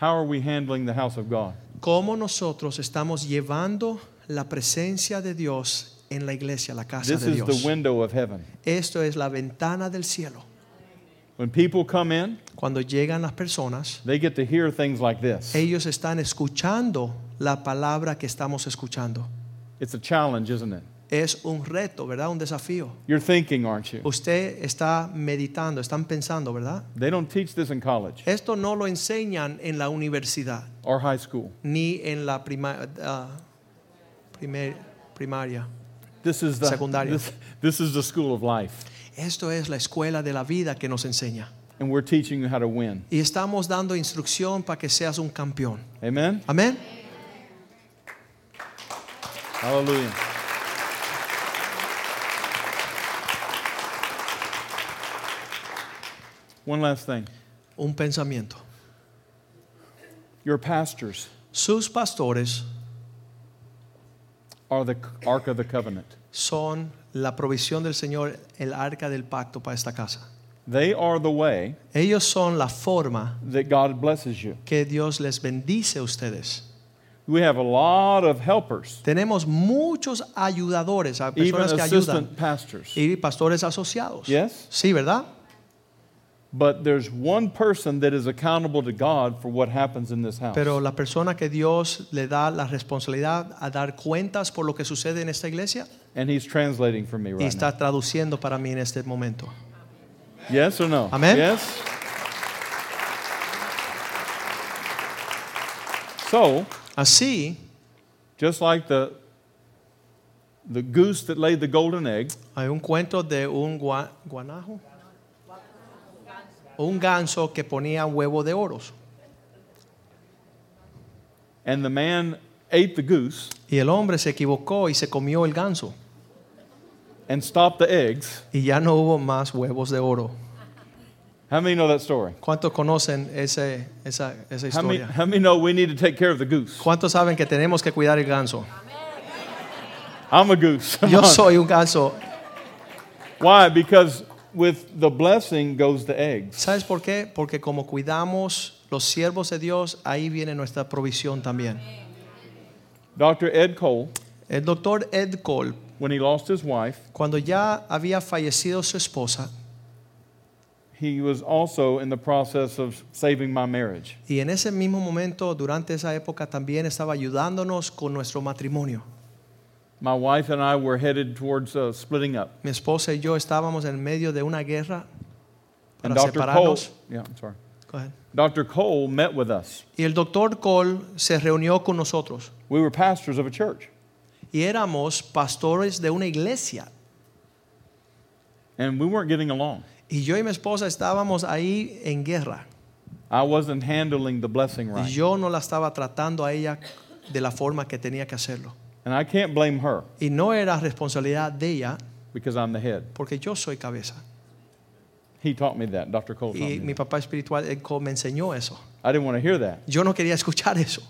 How are we handling the house of God?
¿Cómo nosotros estamos llevando la presencia de Dios en la iglesia, la casa
This
de
is the
Dios?
window of heaven.
Esto es la ventana del cielo.
When people come in,
Cuando llegan las personas,
they get to hear things like this.
ellos están escuchando la palabra que estamos escuchando.
It's a challenge, isn't it?
Es un reto, ¿verdad? Un desafío.
You're thinking, aren't
Oh.
you?
Usted está meditando, están pensando, ¿verdad?
They don't teach this in college
Esto no lo enseñan en la universidad
or high school.
ni en la prima- ah, primer- primaria.
This is the
Secundaria.
This, this is the school of life,
Esto es la escuela de la vida que nos enseña.
and we're teaching you how to win.
Y estamos dando instrucción para que seas un campeón.
Amen.
Amén.
Hallelujah. One last thing.
Un pensamiento.
Your pastors
Sus pastores
are the Ark of the Covenant.
son la provisión del Señor, el arca del pacto para esta casa.
They are the way
Ellos son la forma
that God blesses you.
que Dios les bendice a ustedes.
We have a lot of helpers,
Tenemos muchos ayudadores, a
even
personas que ayudan
assistant pastors.
y pastores asociados.
Yes.
Sí, ¿verdad?
But there's one person that is accountable to God for what happens in this house.
Pero la persona que Dios le da la responsabilidad a dar cuentas por lo que sucede en esta iglesia
and he's translating for me
y
right now.
está traduciendo para mí en este momento.
Yes or no?
Amen.
Yes. So,
Así,
just like the the goose that laid the golden egg,
hay un cuento de un gua- guanajo, un ganso que ponía huevo de oros
and the man ate the goose
y el hombre se equivocó y se comió el ganso
and stopped the eggs.
y ya no hubo más huevos de oro.
How many know that story?
¿Cuántos conocen ese- esa, esa
How many,
historia?
how many know we need to take care of the goose?
¿Cuántos saben que tenemos que cuidar el ganso?
I'm a goose. Come
Yo
on.
soy un ganso.
Why? Because with the blessing goes the eggs.
¿Sabes por qué? Porque como cuidamos los siervos de Dios, ahí viene nuestra provisión también.
Dr. Ed Cole,
El doctor Ed Cole,
when he lost his wife,
cuando ya había fallecido su esposa,
he was also in the process of saving my marriage.
Y en ese mismo momento, durante esa época, también estaba ayudándonos con nuestro matrimonio.
My wife and I were headed towards uh, splitting up.
Mi esposa y yo estábamos en medio de una guerra
And
para
Dr. Cole,
separarnos.
yeah, I'm sorry.
Go ahead.
Dr. Cole met with us.
Y el doctor Cole se reunió con nosotros
We were pastors of a church,
y éramos pastores de una iglesia.
and we weren't getting along.
Y yo y mi esposa estábamos ahí en guerra.
I wasn't handling the blessing
Y
right.
yo no la estaba tratando a ella de la forma que tenía que hacerlo.
And I can't blame her
Y no era responsabilidad de ella
because I'm the head.
porque yo soy cabeza.
He taught me that. Dr. Cole taught me.
Y mi
That.
papá espiritual Ed Cole, me enseñó eso.
I didn't want to hear that.
Yo no quería escuchar eso.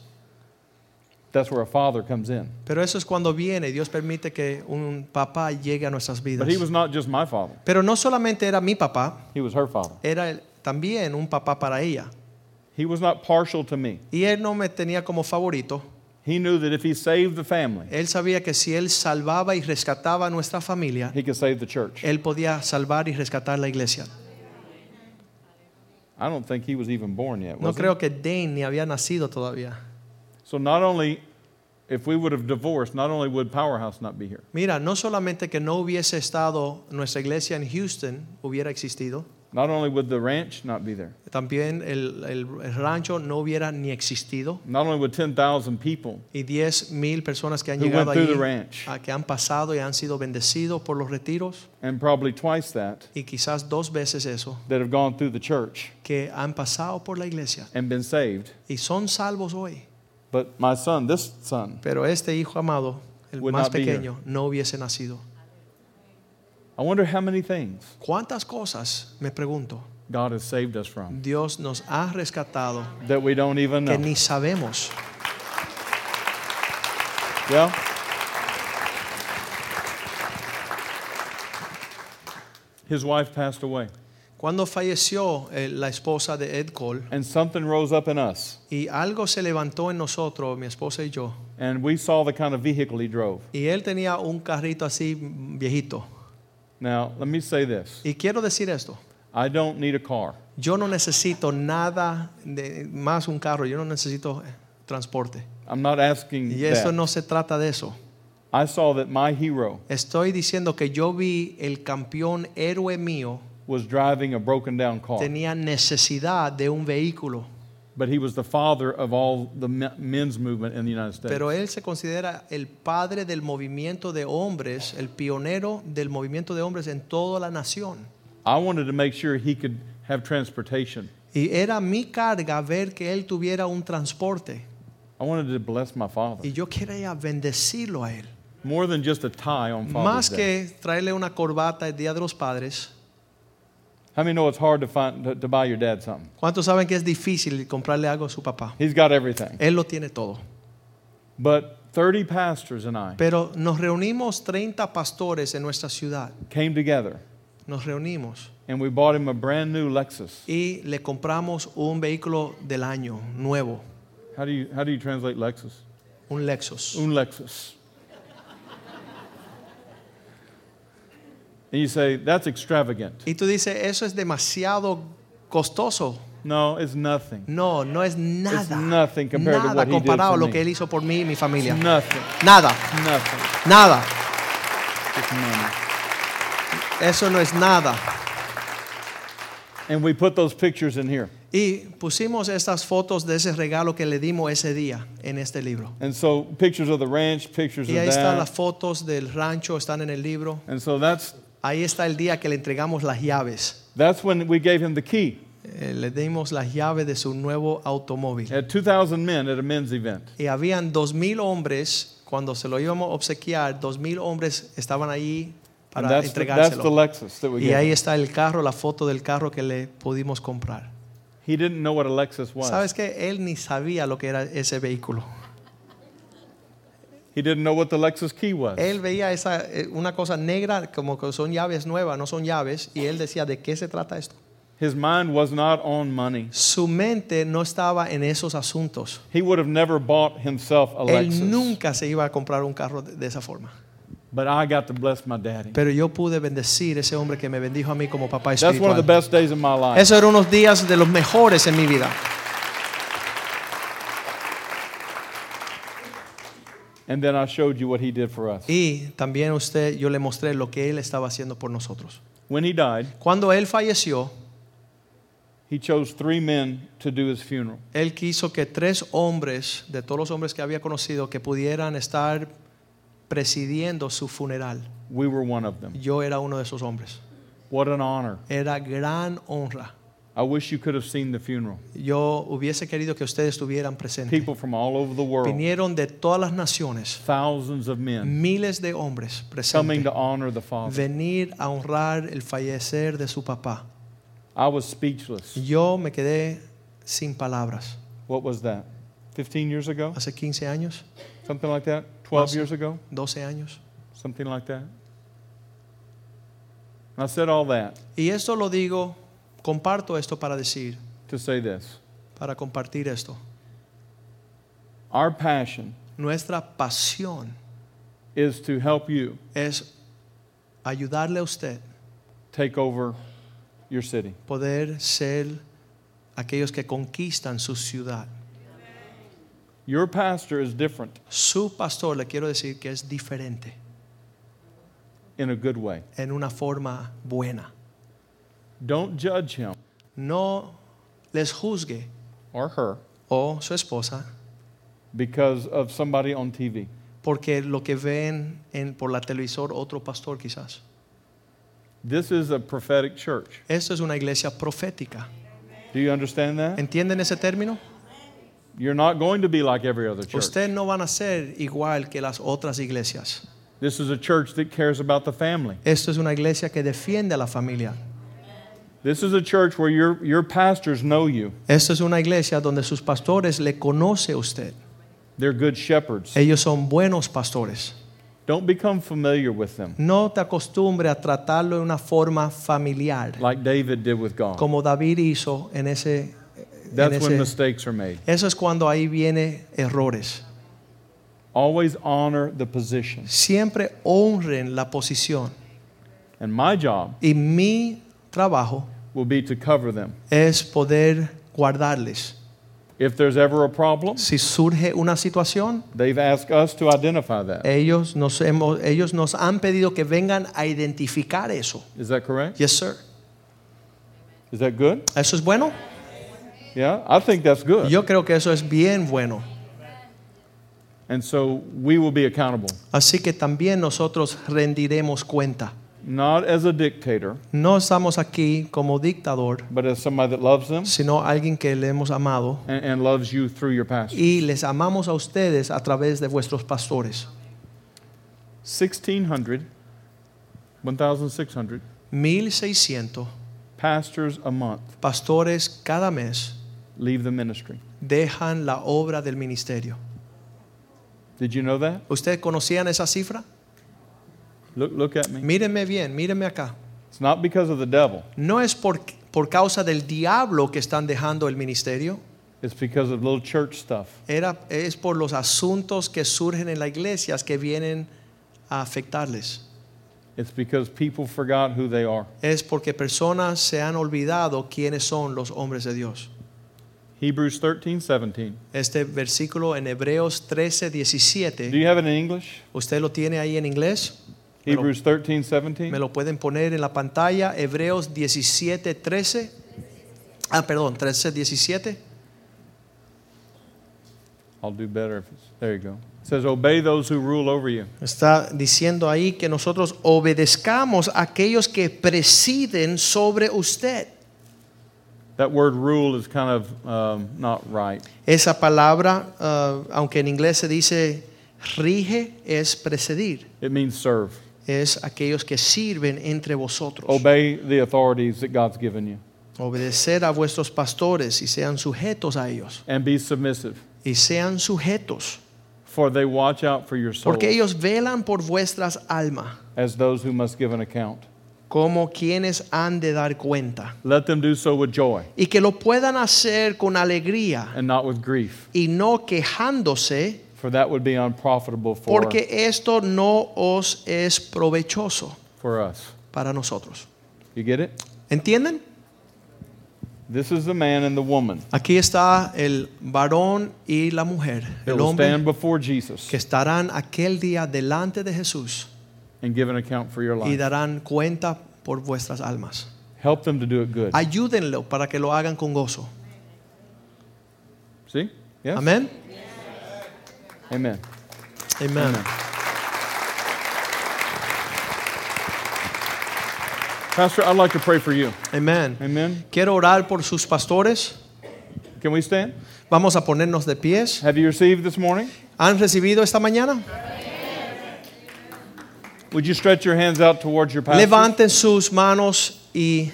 That's where a father comes in.
Pero eso es cuando viene, Dios permite que un papá llegue a nuestras vidas.
But he was not just my father,
Pero no solamente era mi papá,
he was her father.
era él también un papá para ella.
He was not partial to me.
Y él no me tenía como favorito.
He knew that if he saved the family,
Él sabía que si él salvaba y rescataba a nuestra familia,
he could save the church.
él podía salvar y rescatar la iglesia.
I don't think he was even born yet.
No
Was he?
creo que Dane ni había nacido todavía.
So not only if we would have divorced, not only would Powerhouse not be here,
Mira, no solamente que no hubiese estado nuestra iglesia en Houston, hubiera existido,
not only would the ranch not be there,
también el, el- el rancho no hubiera ni existido.
not only would 10,000 people
y 10 mil personas que han
Who
llegado
went through
allí,
the ranch.
a- que han pasado y han sido bendecidos por los retiros
and probably twice that
y quizás dos veces eso,
that have gone through the church
que han pasado por la iglesia
and been saved,
y son salvos hoy.
but my son, this son,
Pero este hijo amado, el
Would
más
not be here.
pequeño, no hubiese nacido.
I wonder how many things
¿Cuántas cosas, me pregunto,
God has saved us from
Dios nos ha rescatado
that we don't even
que
know.
ni sabemos?
Well, his wife passed away,
Cuando falleció eh, la esposa de Ed Cole
and something rose up in us,
y algo se levantó en nosotros, mi esposa y yo,
and we saw the kind of vehicle he drove.
y él tenía un carrito así mm, viejito.
Now, let me say this
Y quiero decir esto,
I don't need a car.
Yo no necesito nada de- más un carro, yo no necesito eh, transporte.
I'm not asking
Y
that.
esto no se trata de eso.
I saw that my hero
Estoy diciendo que yo vi el campeón héroe mío
was driving a broken down car,
tenía necesidad de un vehículo,
but he was the father of all the me- men's movement in the United States.
pero él se considera el padre del movimiento de hombres, el pionero del movimiento de hombres en toda la nación.
I wanted to make sure he could have transportation.
Y era mi carga ver que él tuviera un transporte
I wanted to bless my father
y yo quería bendecirlo a él.
more than just a tie on Father's
Más
Day.
que traerle una corbata el Día de los Padres,
How many know it's hard to, find, to, to buy your dad something?
¿Cuántos saben que es difícil comprarle algo a su papá?
He's got everything.
Él lo tiene todo.
But 30 pastors and I
Pero nos reunimos 30 pastores en nuestra ciudad.
came together
Nos reunimos
and we bought him a brand new Lexus.
y le compramos un vehículo del año nuevo,
How do you, how do you translate Lexus?
un Lexus.
Un Lexus. And you say, that's extravagant.
Y tú dices, eso es demasiado costoso.
No, it's nothing.
No, no es nada.
nothing compared to
nada
what he did
comparado a
for
lo
me.
que él hizo por mí y mi familia.
Nothing.
Nada,
Nothing.
nada.
Just money.
Eso no es nada.
And we put those pictures in here.
Y pusimos estas fotos de ese regalo que le dimos ese día en este libro.
And so pictures of the ranch, pictures of
Y ahí están las
that.
fotos del rancho, están en el libro.
And so that's
Ahí está el día que le entregamos las llaves.
that's when we gave him the key.
Eh, le dimos las llaves de su nuevo automóvil.
At 2,000 men at a men's event.
Y habían dos mil hombres, cuando se lo íbamos a obsequiar, dos mil hombres estaban ahí
And
para
that's the, that's the
entregárselo.
Lexus that we
Y ahí
gave. him.
está el carro, la foto del carro que le pudimos comprar.
He didn't know what a Lexus was.
¿Sabes que Él ni sabía lo que era ese vehículo.
He didn't know what the Lexus key was.
Él veía esa, eh, una cosa negra como que son llaves nuevas, no son llaves, y él decía, ¿de qué se trata esto?
His mind was not on money.
Su mente no estaba en esos asuntos.
He would have never bought himself a
Él
Lexus.
nunca se iba a comprar un carro de de esa forma.
But I got to bless my daddy.
Pero yo pude bendecir ese hombre que me bendijo a mí como papá
That's one of the
espiritual.
best days of my life.
Esos eran unos días de los mejores en mi vida.
And then I showed you what he did for us.
Y también usted, yo le mostré lo que él estaba haciendo por nosotros.
When he died,
Cuando él falleció,
he chose three men to do his funeral.
él quiso que tres hombres, de todos los hombres que había conocido, que pudieran estar presidiendo su funeral.
We were one of them.
Yo era uno de esos hombres.
What an honor.
Era gran honra.
I wish you could have seen the funeral.
Yo hubiese querido que ustedes estuvieran presentes.
People from all over the world,
Vinieron de todas las naciones,
thousands of men,
miles de hombres
coming
presentes.
to honor the Father.
Venir a honrar el fallecer de su papá.
I was speechless.
Yo me quedé sin palabras.
What was that? 15 years ago?
Hace 15 años,
Something like that? 12 years ago?
12 años.
Something like that? And I said all that
Y esto lo digo, comparto esto para decir,
to say this
para compartir esto.
Our passion
Nuestra pasión
is to help you
es ayudarle a usted
take over your city.
poder ser aquellos que conquistan su ciudad.
Your pastor is different
Su pastor, le quiero decir que es diferente
in a good way.
en una forma buena.
Don't judge him
No les juzgue
or her
o su esposa
because of somebody on TV.
porque lo que ven en- por la televisor otro pastor quizás.
This is a prophetic church.
Esto es una iglesia profética.
Do you understand that?
¿Entienden ese término?
You're not going to be like every other church.
Ustedes no van a ser igual que las otras iglesias.
This is a church that cares about the family.
Esto es una iglesia que defiende a la familia.
This is a church where your, your pastors know you.
Esto es una iglesia donde sus pastores le conoce a usted.
They're good shepherds.
Ellos son buenos pastores.
Don't become familiar with them
No te acostumbre a tratarlo de una forma familiar,
like David did with God.
como David hizo en ese... en
That's when
ese
mistakes are made.
eso es cuando ahí vienen errores.
Always honor the position.
Siempre honren la posición.
And my job
Y mi trabajo
will be to cover them.
es poder guardarles.
If there's ever a problem,
Si surge una situación,
they've asked us to identify that.
ellos nos, hemos- ellos nos han pedido que vengan a identificar eso.
Is that correct?
Yes, sir.
Is that good?
¿Eso es bueno?
Yeah, I think that's good.
Yo creo que eso es bien bueno.
And so we will be accountable,
Así que también nosotros rendiremos cuenta.
not as a dictator,
No estamos aquí como dictador,
but as somebody that loves them
sino alguien que le hemos amado
and, and loves you through your pastor.
y les amamos a ustedes a través de vuestros pastores.
1600, 1600
1600
pastors a month
Pastores cada mes
leave the ministry.
dejan la obra del ministerio.
Did you know that?
¿Ustedes conocían esa cifra?
Look, look at me.
Mírenme bien, mírenme acá.
It's not because of the devil,
No es por, por causa del diablo que están dejando el ministerio,
it's because of little church stuff.
era, es por los asuntos que surgen en las iglesias que vienen a afectarles.
It's because people forgot who they are.
Es porque personas se han olvidado quiénes son los hombres de Dios.
Hebrews 13, 17.
Este versículo en Hebreos 13,
Do
17,
you have it in English?
¿usted lo tiene ahí en inglés? Me lo-
Hebrews 13,
Me
17.
lo pueden poner en la pantalla, Hebreos 17, 13. Ah, perdón, 13, 17.
I'll do better if it's. There you go. It says, Obey those who rule over you.
Está diciendo ahí que nosotros obedezcamos a aquellos que presiden sobre usted.
That word rule is kind of um, not right.
Esa palabra, ah, aunque en inglés se dice rige, es precedir.
It means serve.
Es aquellos que sirven entre vosotros.
Obey the authorities that God's given you
Obedecer a vuestros pastores y sean sujetos a ellos.
and be submissive,
Y sean sujetos.
for they watch out for your soul
Porque ellos velan por vuestras almas,
as those who must give an account.
como quienes han de dar cuenta.
Let them do so with joy
Y que lo puedan hacer con alegría
and not with grief,
y no quejándose,
for that would be unprofitable for,
porque esto no os es provechoso
for us.
para nosotros.
You get it?
¿Entienden?
This is the man and the woman
Aquí está el varón y la mujer,
that
el
will stand
hombre
before Jesus
que estarán aquel día delante de Jesús
and give an account for your
y
life.
darán cuenta por vuestras almas.
Help them to do it good.
Ayúdenlo para que lo hagan con gozo.
See? Yes?
Amén.
Amen.
Amén.
Pastor, I'd like to pray for you.
Amén.
Amen.
Quiero orar por sus pastores.
Can we stand?
Vamos a ponernos de pies.
Have you received this morning?
¿Han recibido esta mañana?
Would you stretch your hands out towards your pastor?
Levanten sus manos y,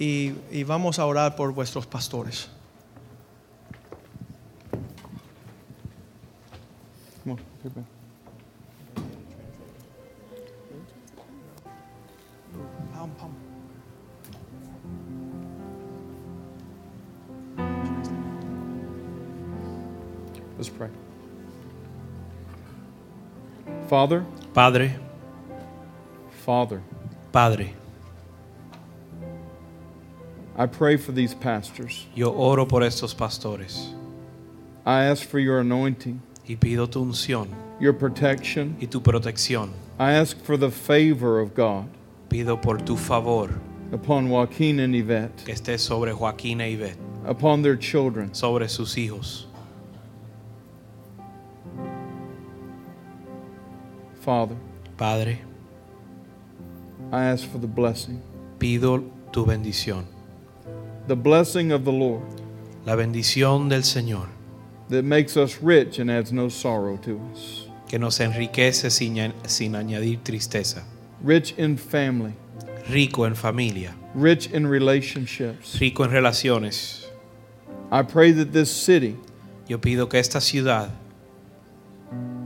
y, y vamos a orar por vuestros pastores.
Come on, take it back. Let's pray. Father,
Padre,
Father,
Padre,
I pray for these pastors.
yo oro por estos pastores
I ask for your anointing,
y pido tu unción
your protection.
y tu protección.
I ask for the favor of God
Pido por tu favor
upon Joaquin and Yvette,
que estés sobre Joaquín e Ivette,
upon their children.
sobre sus hijos.
Father,
Padre,
I ask for the blessing,
pido tu bendición,
the blessing of the Lord.
la bendición del Señor,
that makes us rich and adds no sorrow to us.
que nos enriquece sin, añ- sin añadir tristeza,
Rich in family,
rico en familia,
rich in relationships.
rico en relaciones.
I pray that this city
Yo pido que esta ciudad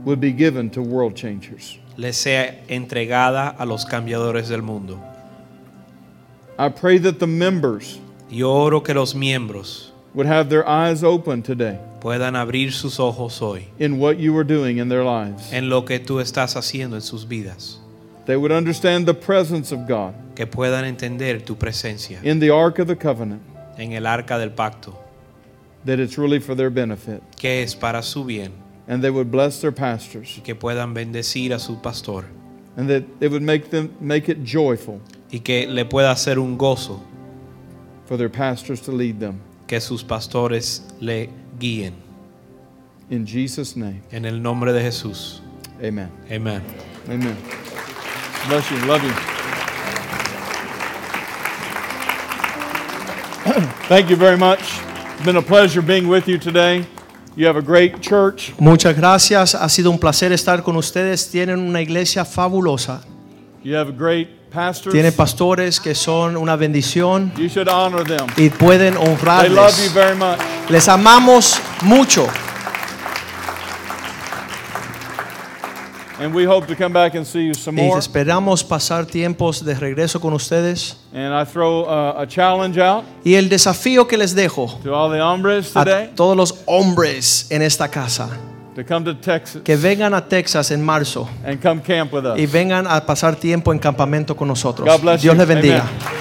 would be given to world changers.
le sea entregada a los cambiadores del mundo.
I pray that the members
Yo oro que los miembros
would have their eyes open today
puedan abrir sus ojos hoy
in what you are doing in their lives.
en lo que tú estás haciendo en sus vidas,
They would understand the presence of God
que puedan entender tu presencia
in the Ark of the Covenant,
en el arca del pacto,
that it's really for their benefit.
que es para su bien,
And they would bless their pastors,
y que puedan bendecir a su pastor
and that it would make them make it joyful
y que le pueda hacer un gozo
for their pastors to lead them.
que sus pastores le guíen.
In Jesus' name,
En el nombre de Jesús.
amen.
Amén.
Amen. Bless you. Love you. Thank you very much. It's been a pleasure being with you today. You have a great church.
Muchas gracias, ha sido un placer estar con ustedes. Tienen una iglesia fabulosa,
You have a great pastors.
Tiene pastores que son una bendición
You should honor them.
y pueden
They love you
honrarles.
very much.
Les amamos mucho
And we hope to come back and see you some
y
more.
esperamos pasar tiempos de regreso con ustedes.
And I throw uh, a challenge out
Y el desafío que les dejo
to all the hombres today
a todos los hombres en esta casa,
to come to Texas
que vengan a Texas en marzo
and come camp with us.
y vengan a pasar tiempo en campamento con nosotros.
God bless you.
Dios les bendiga.
Amen.